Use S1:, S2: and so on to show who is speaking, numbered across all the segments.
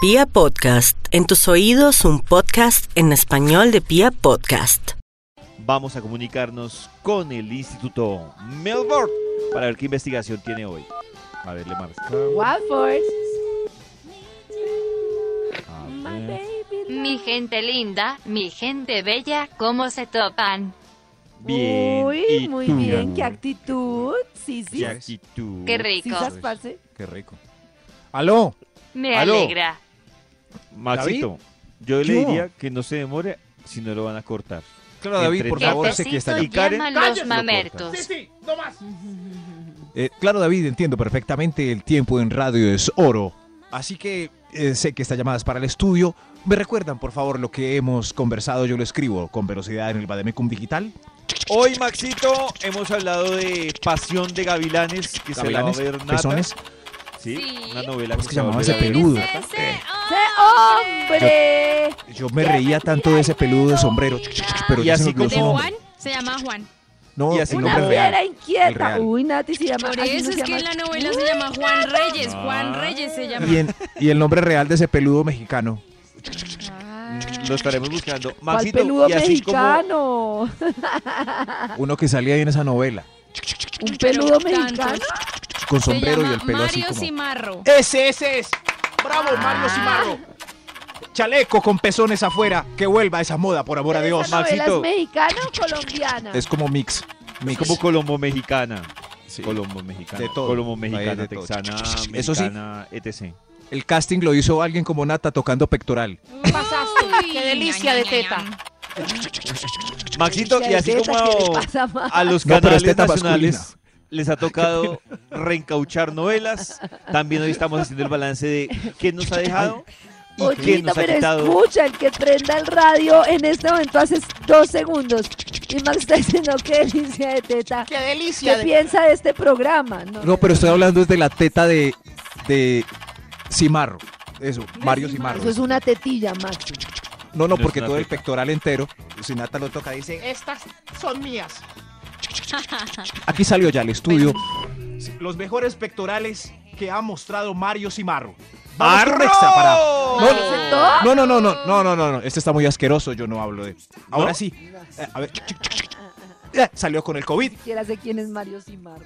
S1: Pia Podcast, en tus oídos un podcast en español de Pia Podcast.
S2: Vamos a comunicarnos con el Instituto Melbourne para ver qué investigación tiene hoy. A ver, le marcamos.
S3: Watford.
S2: A
S3: My
S2: ver.
S3: baby.
S4: Mi gente linda, mi gente bella, ¿cómo se topan?
S2: Bien.
S3: Uy,
S2: ¿y
S3: muy
S2: tú?
S3: bien. Qué actitud. Sí, sí.
S2: ¿Qué actitud?
S4: Qué
S3: Sí,
S4: rico.
S3: sas, parce.
S5: Qué rico. Aló,
S4: Me
S2: Aló.
S4: alegra.
S2: Maxito, yo
S5: ¿Qué
S2: le
S5: hubo?
S2: diría que no se demore si no lo van a cortar.
S5: claro David,
S2: Entre
S5: por
S2: tanto-
S5: favor,
S4: Que
S2: sé
S5: que está
S4: tecito
S2: allí. Karen,
S4: llaman
S2: cállese,
S4: los
S2: lo
S4: mamertos.
S5: Eh, claro David, entiendo perfectamente, el tiempo en radio es oro. Así que eh, sé que esta llamada es para el estudio. ¿Me recuerdan, por favor, lo que hemos conversado? Yo lo escribo con velocidad en el Bademecum Digital.
S2: Hoy, Maxito, hemos hablado de Pasión de Gavilanes, que
S5: Gavilanes,
S2: se la va a ver Nata.
S5: pezones.
S2: Sí,
S4: Sí.
S2: una novela
S5: ¿Cómo
S2: que se va a
S5: se llamaba
S2: ver
S5: ese
S2: a ver.
S5: peludo?
S6: oh,
S3: ¡Sé hombre!
S5: Yo me reía tanto de ese peludo de sombrero, pero
S2: Y
S5: ya se
S2: así
S5: me olvidó
S2: como-
S5: su nombre.
S6: Se llama Juan.
S3: Ah,
S5: No,
S2: Y así
S5: el
S2: como-
S5: nombre
S3: Una
S5: real.
S3: fiera
S5: El
S3: inquieta.
S5: real.
S3: Uy, Nati se llama.
S6: Por
S3: así
S6: eso
S3: no
S6: es
S3: se
S6: que en
S3: llama.
S6: la novela se llama Juan Reyes. Juan
S2: Ah.
S6: Reyes se llama.
S5: Y, en- y el nombre real de ese peludo mexicano.
S6: Ah.
S2: Lo estaremos buscando.
S3: ¿Cuál
S2: Maxito,
S3: peludo
S2: y así como
S3: mexicano?
S5: Uno que salía ahí en esa novela,
S3: ¿Un
S6: Pero
S3: peludo
S6: tantos.
S3: mexicano?
S5: con
S6: Se
S5: sombrero y
S6: llama
S5: el pelo así
S6: Mario
S5: como...
S6: Cimarro.
S5: Ese, ese es. Bravo, Mario Cimarro. Chaleco con pezones afuera. Que vuelva esa moda, por amor a Dios.
S3: ¿Esa novela
S2: Maxito.
S3: es mexicana o colombiana?
S5: Es como mix. Mix.
S2: como colombo mexicana.
S5: Sí.
S2: Colombo mexicana.
S5: De todo.
S2: Colombo
S5: Ahí
S2: mexicana,
S5: de todo.
S2: texana,
S5: Eso sí.
S2: mexicana, etc.
S5: El casting lo hizo alguien como Nata tocando pectoral.
S3: Eh,
S6: Pasaste. Qué delicia de teta.
S2: Maxito, y así
S3: ¿Qué
S2: como
S3: le pasa, ma?
S2: a los
S5: No, pero
S2: canales
S5: es teta
S2: nacionales
S5: masculina.
S2: les ha tocado reencauchar novelas, también hoy estamos haciendo el balance de qué nos ha dejado y qué
S3: Ollita,
S2: nos ha
S3: pero
S2: quitado.
S3: escucha, el que prenda el radio en este momento hace dos segundos. Y Max está diciendo qué delicia de teta.
S7: ¡Qué delicia!
S3: ¿Qué piensa de este programa? No,
S5: No, pero estoy hablando es de la teta de. de. Cimarro. Eso, Mario Cimarro.
S3: Eso es una tetilla, Max.
S5: No, no,
S2: No
S5: porque
S2: es una
S5: todo el
S2: teta.
S5: pectoral entero. Si Nata lo toca, dice.
S7: Estas son mías.
S5: Aquí salió ya el estudio. Los mejores pectorales que ha mostrado Mario Cimarro. Vamos con un extra para. No, no.
S3: ¿Aceptó?
S5: No, no, no, no, no, no, no, no. Este está muy asqueroso, yo no hablo de. Ahora
S2: ¿No?
S5: sí. Eh, a ver. Eh, Salió con el COVID.
S3: Siquiera sé quién es Mario Cimarro.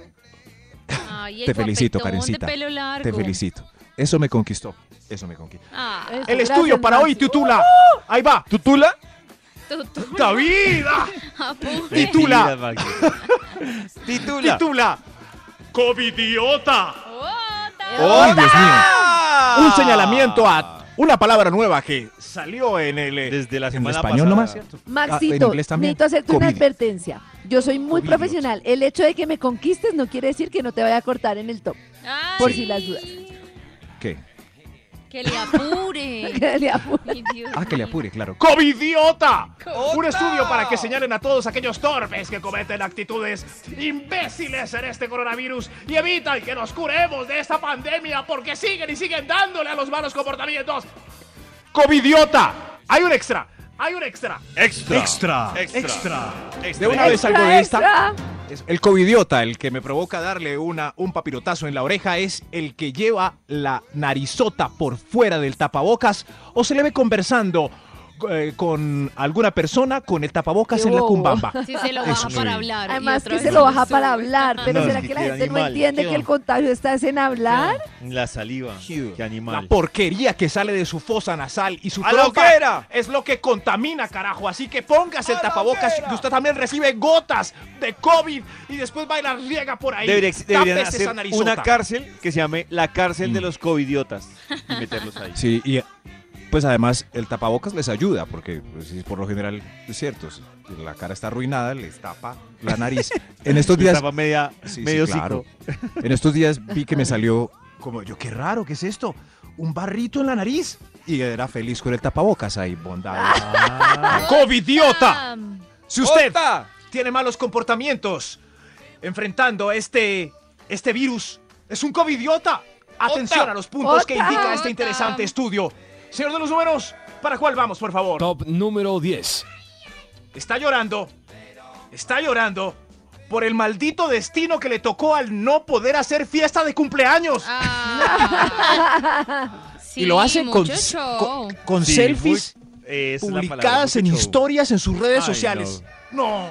S6: Ay, el
S5: Te felicito,
S6: guapetón
S5: Karencita.
S6: De pelo largo.
S5: Te felicito. Eso me conquistó. Eso me conquistó.
S6: Ah,
S3: Eso,
S5: El
S3: gracias,
S5: estudio para
S3: Max.
S5: hoy, Tutula. Ahí va. ¿Tutula?
S6: tú, tú.
S5: ¡David! ¡Ah!
S6: Apure.
S5: Titula.
S2: Maxito. Titula.
S5: ¡Titula!
S8: ¡Covidiota!
S6: Otra.
S5: ¡Oh, Dios mío!
S2: ¡Ah!
S5: Un señalamiento a una palabra nueva que salió en el. eh,
S2: Desde la
S5: en
S2: semana
S5: español
S2: pasada.
S5: nomás. Ah, en
S3: Maxito,
S5: inglés también.
S3: necesito hacerte una
S5: Covid.
S3: advertencia. Yo soy muy
S5: Covid.
S3: profesional. El hecho de que me conquistes no quiere decir que no te vaya a cortar en el top.
S6: Ay,
S3: Por si las dudas.
S5: ¿Qué?
S6: Que le apure.
S3: Que le apura.
S6: Ay, Dios
S5: Ah, que le
S6: mío.
S5: apure, claro.
S8: ¡Covidiota! Un estudio para que señalen a todos aquellos torpes que cometen actitudes imbéciles en este coronavirus y evitan que nos curemos de esta pandemia porque siguen y siguen dándole a los malos comportamientos. ¡Covidiota! Hay un extra. Hay un extra.
S2: Extra.
S8: Extra. extra.
S5: De una vez algo de esta. Es- El covidiota, el que me provoca darle una, un papirotazo en la oreja, es el que lleva la narizota por fuera del tapabocas o se le ve conversando eh, con alguna persona con el tapabocas
S3: Qué
S5: en la
S3: bobo.
S5: cumbamba.
S6: Si se lo
S5: Eso
S6: baja
S5: sí.
S6: para hablar. y
S3: Además
S6: otra
S3: que
S6: vez
S3: se lo
S6: le
S3: baja
S6: sube. Ah,
S3: para hablar, pero
S2: No,
S3: ¿será
S2: ni
S3: que la
S2: qué
S3: gente no
S2: animal,
S3: entiende
S2: qué
S3: que el
S2: va.
S3: contagio está es en hablar?
S2: La saliva. Qué
S5: La
S2: animal.
S5: porquería que sale de su fosa nasal y su
S8: ¡A la
S5: trompa
S8: hoguera!
S5: es lo que contamina, carajo. Así que póngase el
S8: ¡A la
S5: tapabocas
S8: hoguera!
S5: que usted también recibe gotas de COVID y después va y las riega por ahí.
S2: Debería- deberían
S5: Tápese esa
S2: hacer
S5: narizota.
S2: una cárcel que se llame la cárcel de
S5: Mm.
S2: los covidiotas y meterlos ahí.
S5: Sí, y pues además el tapabocas les ayuda, porque pues, sí, por lo general es cierto, si la cara está arruinada, les tapa la nariz. en estos días,
S2: Estaba media,
S5: Sí, sí,
S2: medio
S5: claro.
S2: hocico.
S5: en estos días vi que me salió como yo, qué raro, ¿qué es esto? Un barrito en la nariz. Y era feliz con el tapabocas ahí, bondad.
S2: Ah.
S6: ¡Covidiota!
S5: Si usted tiene malos comportamientos enfrentando este, este virus, es un covidiota. Atención a los puntos que
S3: ¡Ota!
S5: indica este
S6: ¡Ota!
S5: interesante estudio. Señor de los números, ¿para cuál vamos, por favor?
S8: Top número 10.
S5: Está llorando. Está llorando. Por el maldito destino que le
S3: Ah.
S5: tocó al no poder hacer fiesta de cumpleaños.
S6: Ah. Sí,
S5: y lo hace con,
S6: mucho show.
S5: con, con
S2: Sí,
S5: selfies
S2: muy- es la palabra,
S5: publicadas
S2: mucho
S5: en
S2: show.
S5: historias en sus redes
S2: Ay,
S5: sociales. No.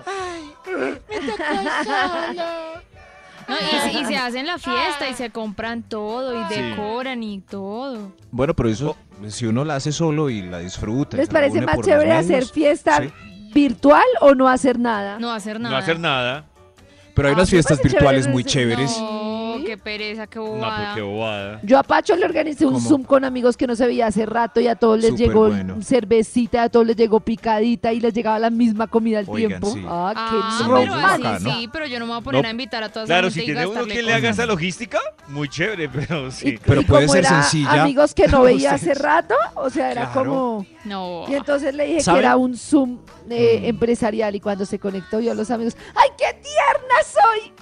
S6: No, y, se- y se hacen la fiesta y se compran todo y
S2: Sí.
S6: decoran y todo.
S5: Bueno, pero eso, si uno la hace solo y la disfruta. y
S3: ¿Les
S5: se
S3: parece
S5: reúne
S3: más
S5: por los
S3: chévere
S5: medios,
S3: hacer fiesta
S5: sí.
S3: virtual o no hacer nada?
S6: No hacer nada.
S2: No hacer nada.
S5: Pero hay
S3: Ah,
S5: unas
S3: me
S5: fiestas
S3: parece
S5: virtuales
S3: chévere,
S5: muy
S3: sí.
S5: chéveres.
S6: No,
S3: Sí.
S6: qué pereza, qué
S2: No,
S6: bobada.
S2: pero qué bobada.
S3: Yo a Pacho le organicé un
S5: ¿Cómo?
S3: Zoom con amigos que no se veía hace rato y a todos les
S5: Súper
S3: llegó
S5: bueno.
S3: cervecita, a todos les llegó picadita y les llegaba la misma comida al
S5: Oigan,
S3: tiempo.
S5: sí.
S3: Ah, qué
S6: Ah,
S5: Robo
S6: pero así
S3: romántico.
S5: acá, ¿no?
S6: sí, pero yo no me voy a poner
S2: No.
S6: a invitar a toda esa
S2: Claro, si
S6: gente y
S2: tiene uno
S6: gastarle
S2: quien le
S6: cosas.
S2: haga esa logística, muy chévere, pero sí.
S5: Pero
S3: Y
S5: puede
S3: como
S5: ser
S3: era
S5: sencilla.
S3: Amigos que no veía hace
S5: Ustedes.
S3: rato, o sea, era
S5: Claro.
S3: como.
S6: No.
S3: Y entonces le dije
S5: ¿Saben?
S3: que era un Zoom eh,
S5: Mm.
S3: empresarial y cuando se conectó yo a los amigos, ¡ay, qué tierna soy!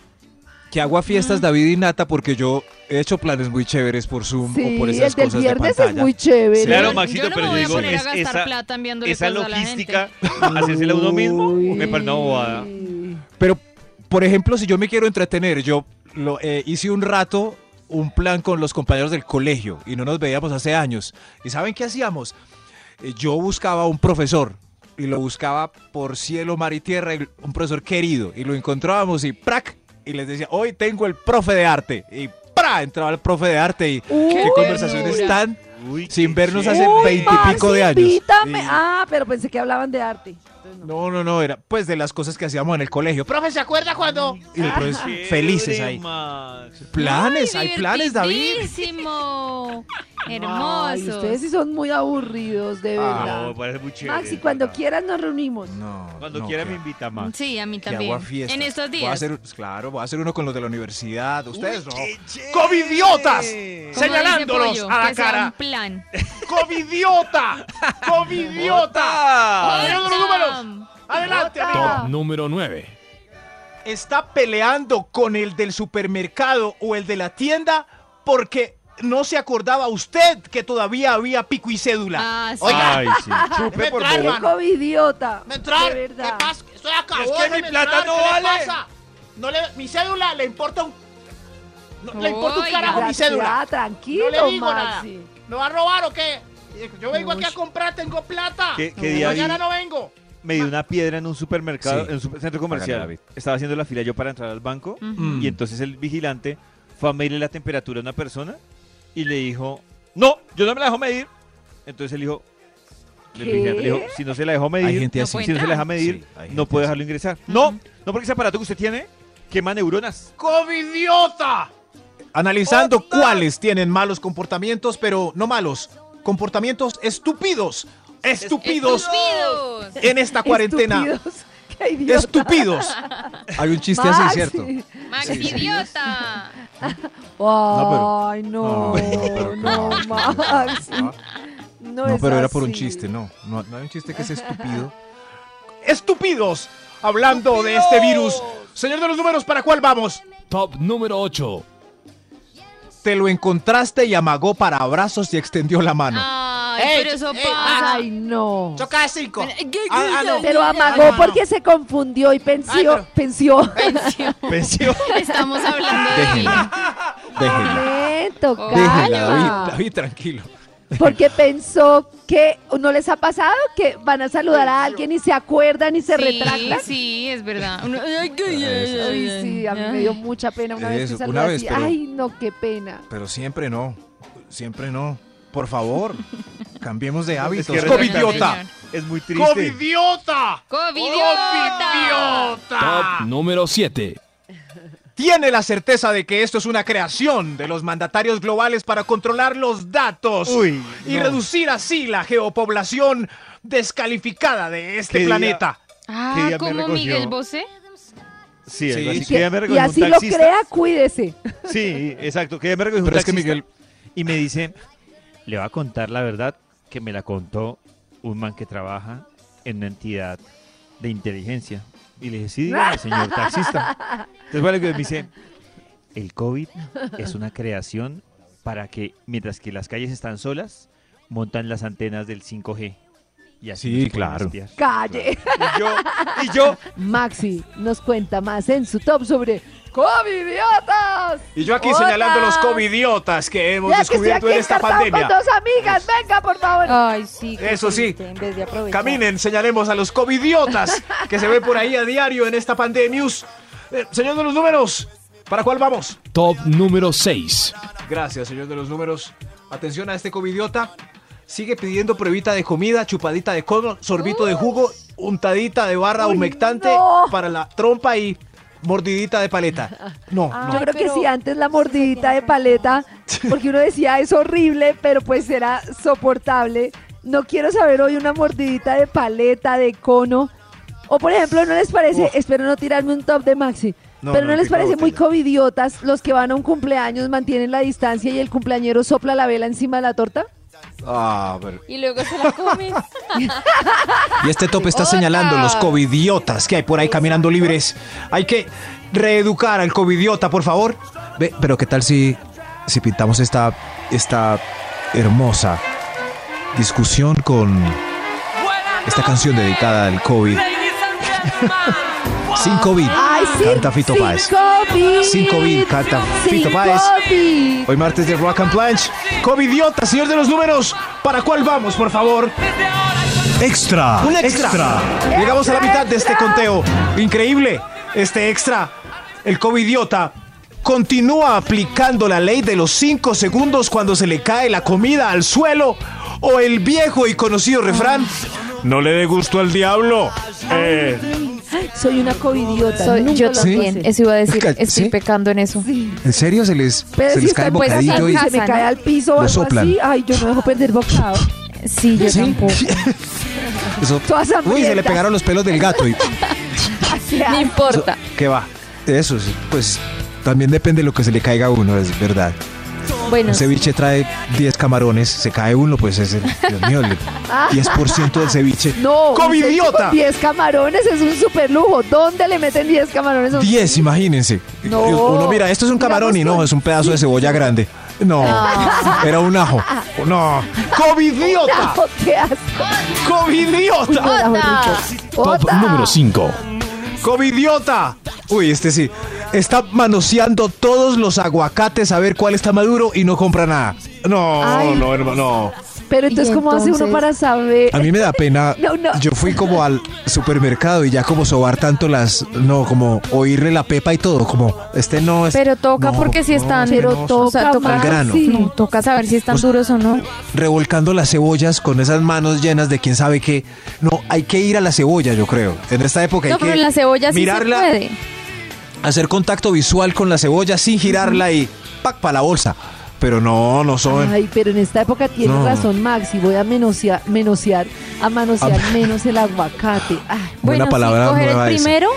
S5: Que hago a
S3: Ah.
S5: fiestas David y Nata porque yo he hecho planes muy chéveres por Zoom
S3: Sí,
S5: o por
S3: el
S5: esas
S3: del
S5: cosas de
S3: viernes es
S5: pantalla.
S3: muy chévere.
S2: Claro,
S6: Yo-
S2: Maxito,
S6: yo no
S2: pero yo
S6: me voy a
S2: digo,
S6: poner a
S2: es
S6: gastar
S2: esa,
S6: plata enviándole
S2: esa
S6: cosas a la gente.
S2: logística, hacérsela uno mismo, me parece una bobada.
S3: Sí.
S5: Pero, por ejemplo, si yo me quiero entretener, yo lo, eh, hice un rato un plan con los compañeros del colegio y no nos veíamos hace años. ¿Y saben qué hacíamos? Eh, Yo buscaba un profesor y lo buscaba por cielo, mar y tierra, y un profesor querido. Y lo encontrábamos y ¡prac! Y les decía, hoy tengo el profe de arte. Y ¡pra! Entraba el profe de arte y qué conversaciones
S6: ternura!
S5: tan...
S2: Uy,
S5: Sin
S2: qué
S5: vernos
S2: chévere.
S5: hace
S3: Uy,
S5: 20 y
S3: Max,
S5: pico de años.
S3: invítame.
S5: Sí.
S3: Ah, pero pensé que hablaban de arte.
S5: No, no, no, era pues de las cosas que hacíamos en el colegio.
S8: Profe, ¿se acuerda cuando?
S5: Y el profesor,
S2: Chévere,
S5: felices ahí.
S2: Max.
S5: Planes,
S6: Ay,
S5: hay planes, David.
S6: divertidísimo.
S3: Ay,
S6: Hermoso.
S3: ustedes sí son muy aburridos,
S8: Ah,
S3: de
S2: No,
S3: verdad.
S2: me parece muy chévere.
S3: Max, y cuando
S2: ¿verdad?
S3: quieras nos reunimos.
S5: No,
S2: Cuando
S5: no,
S2: quiera
S5: qué
S2: me invita, Max.
S6: Sí, a mí
S5: Que
S6: también.
S5: hago a fiestas.
S6: En estos
S5: Voy a
S6: días.
S5: hacer- claro, voy a hacer uno con los de la universidad. Ustedes no.
S8: ¡Covidiotas!
S6: Como dice
S8: Señalándolos
S6: Pollo,
S8: a la
S6: que sea un
S8: cara.
S6: plan.
S8: ¡Covidiota! ¡Covidiota! Ay, los números. ¡Adelante, amigo!
S7: número 9.
S5: Está peleando con el del supermercado o el de la tienda porque no se acordaba usted que todavía había pico y cédula.
S6: Ah, sí.
S8: Oiga.
S2: Ay, sí.
S8: ¡Me traen,
S3: Qué
S8: mano!
S3: covidiota.
S8: ¡Me traen!
S3: De
S8: ¿Qué
S3: verdad.
S8: pasa? Estoy acá.
S2: Es que
S8: Déjeme
S2: mi plata
S8: entrar,
S2: no
S8: ¿qué le
S2: vale.
S8: pasa? No le- mi cédula le importa un... no- le importa un
S6: Oiga.
S8: carajo mi cédula.
S3: Ya, tranquilo,
S8: No le digo
S3: Maxi.
S8: ¿No va a robar o qué? Yo vengo aquí a comprar, tengo plata.
S2: ¿Qué- qué
S8: Y
S2: día
S8: mañana
S2: vi?
S8: no vengo.
S2: me dio una piedra en un supermercado,
S5: Sí.
S2: en un super- centro
S5: Hágale,
S2: comercial.
S5: David.
S2: Estaba haciendo la fila yo para entrar al banco
S5: Mm.
S2: y entonces el vigilante fue a medirle la temperatura a una persona y le dijo, no, yo no me la dejo medir. Entonces él dijo, el
S3: ¿Qué?
S2: vigilante le dijo, si no se la dejó medir,
S5: Hay gente
S6: No
S5: así.
S6: puede
S2: si no se la deja medir,
S5: Sí,
S2: no
S5: hay gente
S2: puede
S5: así.
S2: dejarlo ingresar. No, no porque ese aparato que usted tiene quema neuronas.
S8: ¡Covidiota!
S5: Analizando
S8: Otra.
S5: cuáles tienen malos comportamientos, pero no malos, comportamientos estúpidos. Estúpidos
S6: Estúpidos.
S5: en esta cuarentena.
S3: Estúpidos. Qué idiota.
S5: Estúpidos. Hay un chiste así,
S3: Maxi.
S6: Ah,
S5: ¿cierto?
S6: Max,
S5: Sí, sí.
S6: idiota.
S5: pero-
S3: Ay, no. No, Maxi.
S5: no,
S3: No,
S5: No,
S3: es
S5: pero era por un
S3: así.
S5: chiste, no. No, no hay un chiste que es estúpido.
S8: estúpidos hablando de este virus. Señor de los números, ¿para cuál vamos?
S7: Top número 8.
S5: Te lo encontraste y amagó para abrazos y extendió la mano.
S3: Ah.
S6: Ay,
S8: Ey,
S6: pero eso
S8: ey,
S6: pasa.
S3: Ay, no.
S8: Choca cinco.
S6: Pero- ¿qué-
S5: Ah, ah,
S6: qué-
S5: no.
S3: Pero
S8: Ay,
S3: amagó
S8: no.
S3: porque se confundió y pensó.
S8: Ay,
S3: Pensó.
S6: Estamos hablando de
S5: Déjela. Déjela.
S3: Momento,
S5: Déjela,
S3: calma.
S5: David, David, tranquilo.
S3: Porque pensó que no les ha pasado que van a saludar a alguien y se acuerdan y se
S6: sí,
S3: retractan.
S6: Sí, es verdad. Uno- ay, qué-
S5: Eso.
S3: Ay, sí, a mí me dio mucha pena una vez que
S5: Eso,
S3: saludé
S5: una vez,
S3: así.
S5: pero-
S3: Ay, no, qué pena.
S5: Pero siempre no. Siempre no. Por favor, cambiemos de hábitos.
S2: que
S6: Señor,
S5: ¡Covidiota!
S6: señor.
S2: Es muy triste.
S8: ¡Covidiota!
S6: ¡Covidiota!
S7: Top
S8: ¡Covidiota!
S7: número 7.
S5: Tiene la certeza de que esto es una creación de los mandatarios globales para controlar los datos
S2: Uy,
S5: y
S2: no.
S5: reducir así la geopoblación descalificada de
S2: ¿Qué
S5: este
S2: día?
S5: planeta.
S2: ¿Qué
S6: Ah,
S2: día me
S6: como
S2: recogió?
S6: Miguel Bosé.
S2: Sí, algo
S5: Sí,
S2: así.
S5: sí.
S2: Que ya me
S3: y
S2: recogió
S3: así
S2: un
S3: lo
S2: taxista.
S3: crea, cuídese.
S2: Sí, exacto. Que ya me recogió un
S5: Pero es que
S2: taxista
S5: Miguel-
S2: Y me dice, le va a contar la verdad que me la contó un man que trabaja en una entidad de inteligencia. Y le dije, sí, dígame, señor taxista. Entonces, bueno, me dice, el COVID es una creación para que, mientras que las calles están solas, montan las antenas del 5G. Y así
S5: Sí,
S2: nos pueden
S5: claro.
S2: espiar".
S3: Calle.
S2: Y yo, y yo,
S3: Maxi nos cuenta más en su top sobre ¡Covidiotas!
S5: Y yo aquí señalando los
S3: COVID
S5: covidiotas que hemos
S3: Ya que estoy
S5: descubierto
S3: aquí
S5: en esta
S3: encartada
S5: pandemia.
S3: con dos amigas, venga, por favor.
S9: Ay, sí. qué
S5: Eso sí.
S9: triste, Este, En vez de aprovechar.
S5: Caminen, señalemos a los covidiotas que se ve por ahí a diario en esta pandemia. Eh, señor de los números, ¿para cuál vamos?
S7: Top número 6.
S5: Gracias, señor de los números. Atención a este covidiota. Sigue pidiendo pruebita de comida, chupadita de codo, sorbito de jugo, untadita de barra
S3: Uy,
S5: humectante
S3: no.
S5: para la trompa y mordidita de paleta. No,
S9: Ah.
S5: no.
S9: Ay,
S3: Yo creo que
S9: pero-
S3: sí, antes la mordidita de paleta, porque uno decía es horrible, pero pues era soportable. No quiero saber hoy una mordidita de paleta, de cono. O por ejemplo, ¿no les parece?
S5: Uf.
S3: Espero no tirarme un top de Maxi.
S5: No,
S3: pero
S5: no,
S3: ¿no, les
S5: pico de
S3: parece muy
S5: botella.
S3: covidiotas los que van a un cumpleaños, mantienen la distancia y el cumpleañero sopla la vela encima de la torta?
S5: Ah, pero-
S9: Y luego se la comen.
S5: Y este top está señalando los covidiotas que hay por ahí caminando libres. Hay que reeducar al covidiota, por favor. Ve, pero qué tal si, si pintamos esta, esta hermosa discusión con esta canción dedicada al COVID. Sin COVID,
S3: ¡Ay, sí!
S5: canta Fito Páez.
S3: COVID!
S5: Sin COVID, canta Fito
S3: Sin
S5: Páez.
S3: COVID.
S5: Hoy martes de Rock and Planche. Covidiota, señor de los números. ¿Para cuál vamos, por favor?
S10: Extra.
S5: Un extra. Llegamos a la mitad de este conteo. Increíble. Este extra. El covidiota continúa aplicando la ley de los 5 segundos cuando se le cae la comida al suelo o el viejo y conocido refrán. No le dé gusto al diablo. Eh,
S3: Soy una covidiota.
S9: Soy-
S3: nunca
S9: yo
S3: lo
S9: también.
S3: hice.
S9: Eso iba a decir.
S5: Ca-
S9: Estoy
S5: ¿sí?
S9: pecando en eso.
S5: ¿En serio se les,
S3: Pero
S5: se
S3: si
S5: les cae el
S3: están puestas
S5: bocadillo? y-
S3: en
S9: y-
S3: casa, me cae al piso o
S5: Lo
S3: algo
S5: soplan.
S3: así, ay, yo no dejo perder bocado.
S9: Sí, yo tampoco.
S5: Eso-
S3: Todas
S5: uy, se le
S3: hambrientas.
S5: pegaron los pelos del gato. Y,
S9: No importa.
S5: ¿Qué va? Eso, sí, pues también depende de lo que se le caiga a uno, es verdad.
S9: Bueno,
S5: Un ceviche trae 10 camarones, se cae uno, pues es el, Dios mío, el 10% del ceviche.
S3: No, un ceviche
S5: ¡Covidiota!
S3: con 10 camarones es un super lujo. ¿Dónde le meten 10 camarones? a un-
S5: 10, imagínense.
S3: No.
S5: Uno mira, esto es un camarón y no, es un pedazo de cebolla grande. No,
S3: Ah.
S5: era un ajo. No. ¡Covidiota!
S3: ¡Ajo, Ah, qué asco!
S5: ¡Covidiota!
S3: Era bonito.
S7: Top
S3: ¡Ota!
S7: número 5.
S5: ¡Covidiota! Uy, este sí. Está manoseando todos los aguacates a ver cuál está maduro y no compra nada. No,
S3: Ay.
S5: no, hermano, no.
S3: Pero
S9: ¿Y
S3: entonces, ¿cómo hace uno
S9: entonces?
S3: para saber?
S5: A mí me da pena.
S3: No, no.
S5: Yo fui como al supermercado y ya como sobar tanto las. No, como oírle la pepa y todo. Como, este no es.
S9: pero toca
S5: no,
S9: porque si
S5: no,
S9: están.
S5: este
S9: Pero
S5: no,
S9: toca, toca,
S5: Al grano.
S3: sí.
S9: No, toca saber si están
S5: Pues-
S9: duros o no.
S5: Revolcando las cebollas con esas manos llenas de quién sabe qué. No, hay que ir a la cebolla, yo creo. En esta época
S9: No,
S5: hay que.
S9: pero en la cebolla sí se
S5: mirarla,
S9: puede.
S5: Hacer contacto visual con la cebolla sin girarla y. ¡Pac! Para la bolsa. Pero no, no son.
S3: Ay, pero en esta época tienes
S5: eh. No.
S3: razón, Maxi. Voy a menosear, menosear, a manosear menos el aguacate. Ay,
S5: Buena
S9: bueno,
S5: palabra
S9: sí, coger
S5: nueva
S9: el
S5: esa.
S9: primero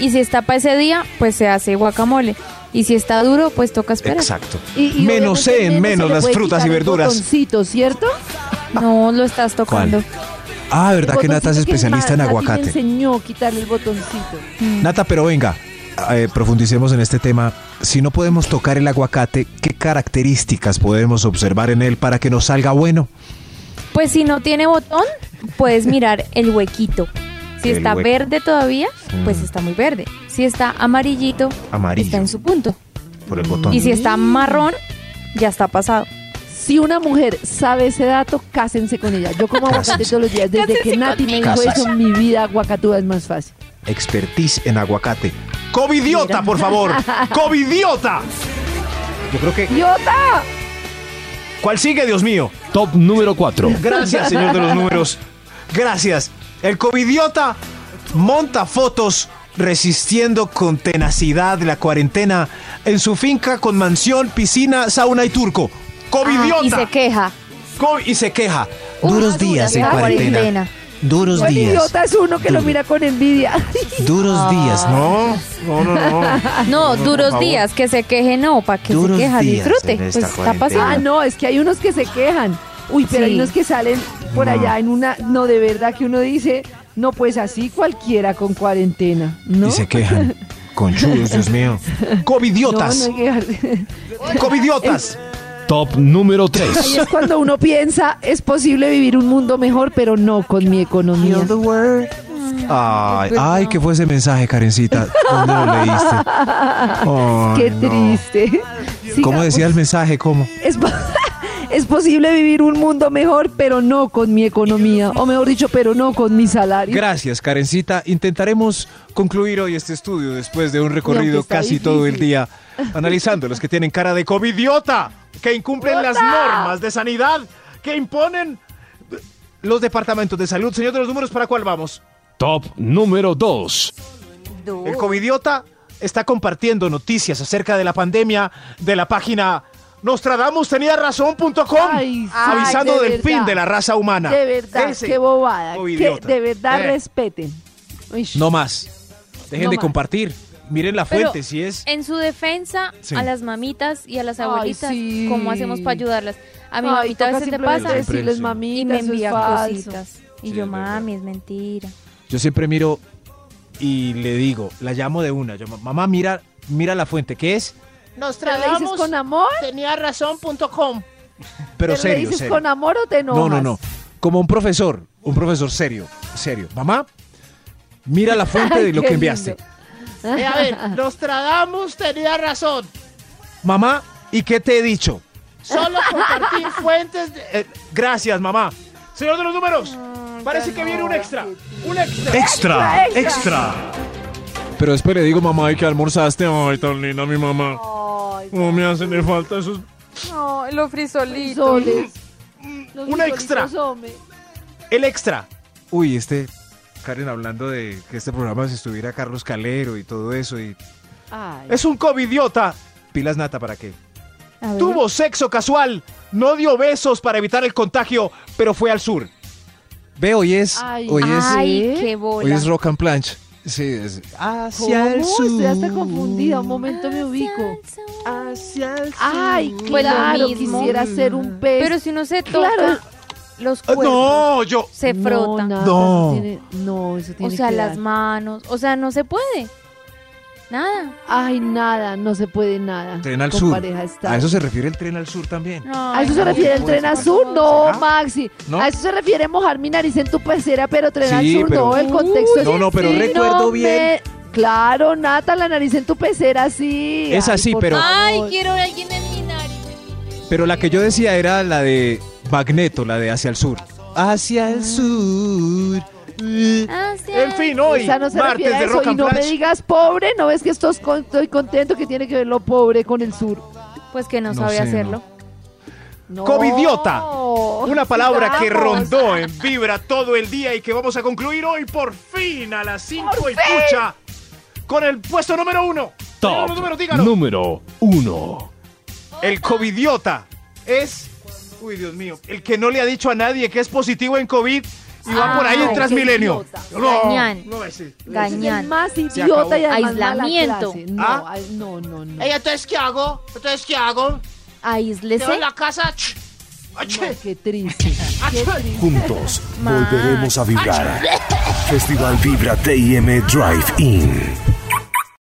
S9: y si está para ese día, pues se hace guacamole. Y si está duro, pues toca esperar.
S5: Exacto.
S3: y, y
S5: Menoseen
S3: obviamente
S5: menos
S3: se le
S5: las
S3: puede
S5: frutas y
S3: quitar el
S5: verduras.
S3: botoncito, ¿cierto?
S9: No lo estás tocando.
S5: Ah, ¿verdad
S3: El
S5: que Nata es
S3: botoncito
S5: especialista en
S3: Nati me
S5: aguacate?
S3: enseñó a quitarle el botoncito.
S5: Nata, pero venga, eh, profundicemos en este tema. Si no podemos tocar el aguacate, ¿qué características podemos observar en él para que nos salga bueno?
S9: Pues si no tiene botón, puedes mirar el huequito. Si
S5: El
S9: está
S5: hueco.
S9: verde todavía, pues
S5: Mm.
S9: está muy verde. Si está amarillito, está
S5: Amarillo,
S9: en su punto.
S5: por el botón.
S9: Y si está marrón, ya está pasado.
S3: Si una mujer sabe ese dato, cásense con ella. Yo como aguacate
S5: Cásense.
S3: todos los días. Desde que Nati me dijo
S5: Cásense.
S3: eso, mi vida aguacatúa es más fácil.
S5: Expertise en aguacate. ¡Covidiota, por favor! ¡Covidiota! Yo creo que...
S3: ¡Idiota!
S5: ¿Cuál sigue, Dios mío?
S7: Top número 4.
S5: Gracias, señor de los números. Gracias. El covidiota monta fotos resistiendo con tenacidad la cuarentena en su finca con mansión, piscina, sauna y turco.
S9: Ah, y
S5: ¡Covidiota!
S9: se queja.
S5: Co- y se queja.
S9: Una
S5: Duros
S9: dura
S5: días en
S9: cuarentena.
S5: cuarentena. Duros
S3: El
S5: días.
S3: idiota es uno que lo mira con envidia.
S5: Duros días. No, no, no, no.
S9: No,
S5: por
S9: duros
S5: favor.
S9: días, que se queje no, para que
S5: Duros
S9: se queja,
S5: días
S9: disfrute.
S5: en
S9: Pues
S5: esta
S9: está
S5: cuarentena.
S9: pasando.
S3: Ah, no, es que hay unos que se quejan. Uy, pero hay
S9: Sí.
S3: unos que salen por allá en una... No, de verdad que uno dice, no, pues así cualquiera con cuarentena, ¿no?
S5: Y se quejan. Conchudos, Dios mío. Covidiotas.
S3: No, no hay que-
S5: Covidiotas.
S7: Top número 3.
S3: Ahí es cuando uno piensa, es posible vivir un mundo mejor, pero no con mi economía.
S5: Ay, ay, ¿qué fue ese mensaje, Karencita? ¿Dónde lo leíste? Ay,
S3: Qué
S5: no.
S3: triste.
S5: ¿Cómo
S3: Sigamos.
S5: decía el mensaje? ¿Cómo?
S3: Es, po- es posible vivir un mundo mejor, pero no con mi economía. O mejor dicho, pero no con mi salario.
S5: Gracias, Karencita. Intentaremos concluir hoy este estudio después de un recorrido
S3: está
S5: casi todo el
S3: difícil.
S5: día analizando los que tienen cara de covidiota que incumplen las normas de sanidad que imponen los departamentos de salud. Señor de los números, ¿para cuál vamos?
S7: Top número 2.
S5: El covidiota está compartiendo noticias acerca de la pandemia de la página nostradamusteníarazón.com
S3: Ay,
S5: avisando
S3: ay, de
S5: del
S3: verdad.
S5: fin de la raza humana.
S3: De verdad,
S5: Ese
S3: qué bobada. que
S5: covidiota.
S3: de verdad,
S5: Eh.
S3: respeten. Uy,
S5: No más. Dejen
S9: No
S5: de
S9: más.
S5: compartir. Miren la
S9: Pero-
S5: fuente, si es.
S9: En su defensa,
S5: Sí.
S9: a las mamitas y a las
S3: Ay,
S9: abuelitas,
S3: sí.
S9: ¿cómo hacemos para ayudarlas? A mi
S3: Ay,
S9: mamita a
S3: toca
S9: veces le
S3: simplemente
S9: pasa
S3: decirles,
S5: Sí.
S3: "Mamita,
S9: y me
S3: eso es
S9: envía
S3: falso".
S9: cositas. Y
S5: Sí,
S9: yo,
S5: es verdad.
S9: mami, es mentira.
S5: Yo siempre miro y le digo, la llamo de una. Yo, mamá, mira, mira la fuente, ¿qué es?
S3: ¿Pero le dices con amor?
S5: Pero
S3: ¿Le
S5: serio,
S3: dices
S5: serio.
S3: con amor o te enojas?
S5: no, no, no. Como un profesor, un profesor serio, serio. Mamá, mira la fuente de lo
S3: Qué
S5: que enviaste.
S3: lindo.
S8: Eh, a ver, Nostradamus tenía razón.
S5: Mamá, ¿y qué te he dicho?
S8: Solo compartir fuentes de...
S5: Eh, gracias, mamá.
S8: Señor de los números, parece que viene un extra. Un extra.
S10: Extra,
S3: Ah, Extra,
S10: extra.
S5: Pero después le digo, mamá, ¿y qué almorzaste? Ay, tan linda mi mamá.
S3: Ay,
S5: No me hacen de falta esos...
S9: No, lo frisolitos.
S3: soles.
S9: Mm,
S3: Los
S5: Un
S3: frijolitos,
S5: extra.
S3: hombre.
S5: El extra. Uy, este... Karen, hablando de que este programa se estuviera Carlos Calero y todo eso y
S3: Ay.
S5: Es un covidiota. Pilas nata para qué.
S9: A ver.
S5: Tuvo sexo casual, no dio besos para evitar el contagio, pero fue al sur. Ve, hoy es,
S3: Ay.
S5: hoy es,
S9: Ay,
S3: ¿Sí?
S9: qué
S5: hoy
S9: bola.
S5: es rock and planche. Sí, es-
S3: ¿Cómo?
S5: hacia el sur.
S3: Estoy hasta confundida. Un momento me ubico.
S8: Hacia el
S3: Ay,
S9: Pues lo
S3: claro,
S9: mismo.
S3: quisiera ser un pez.
S9: Pero si uno se toca
S3: Claro.
S9: los
S5: Ah,
S9: cuerpos,
S5: No, yo.
S9: se frota.
S3: No, nada,
S5: No.
S3: Eso tiene, no, eso
S9: o
S3: tiene
S9: sea,
S3: que
S9: las
S3: dar.
S9: manos. O sea, no se puede. Nada.
S3: Ay, nada, no se puede nada.
S5: Tren al
S3: con
S5: sur.
S3: pareja estable.
S5: A eso se refiere el tren al sur también.
S3: ¿A eso se refiere el tren azul? No, Maxi.
S5: ¿Ah? ¿No?
S3: ¿A eso se refiere mojar mi nariz en tu pecera, pero tren
S5: Sí,
S3: azul?
S5: pero-
S3: No, el contexto es...
S5: No, no, pero recuerdo
S3: No
S5: bien.
S3: me- Claro, Nata, la nariz en tu pecera, sí.
S5: Es
S3: Ay,
S5: así,
S3: por
S5: pero-
S9: Ay,
S3: favor.
S9: quiero ver a alguien en mi nariz.
S5: Pero la que yo decía era la de Magneto, la de hacia el sur. Hacia el sur.
S9: Hacia
S8: En fin, hoy,
S3: Esa no se refiere
S8: martes
S3: a
S8: de
S3: eso.
S8: Rock
S3: Y
S8: and
S3: no me
S8: Flash.
S3: digas pobre, no ves que esto es con- estoy contento que tiene que ver lo pobre con el sur.
S9: Pues que no,
S5: No
S9: sabe
S5: sé,
S9: hacerlo.
S3: No.
S5: Covidiota. Una palabra que
S3: Sigamos.
S5: rondó en
S8: Vibra todo el día y que vamos a concluir hoy por fin a las 5 y pucha con el puesto número uno.
S7: Top
S8: Número, número, dígalo.
S7: número 1.
S5: El covidiota es, uy Dios mío, el que no le ha dicho a nadie que es positivo en COVID y va
S9: Ah,
S5: por ahí en
S9: qué
S5: Transmilenio.
S3: idiota.
S8: No,
S9: Gañán.
S8: no es así.
S3: Ese Es el
S9: Gañán.
S3: más
S5: acabó.
S3: idiota y además mala
S9: Aislamiento.
S3: clase. No,
S5: ¿Ah?
S3: ay, no, no, no.
S8: Ey, entonces, ¿qué hago? Entonces, ¿qué hago? ¿Quedo
S9: Aíslese.
S8: en la casa? Ch. Ach.
S3: No, qué triste. Qué triste.
S10: Juntos
S9: Max.
S10: volveremos a vibrar. Festival Vibra TIM Drive In.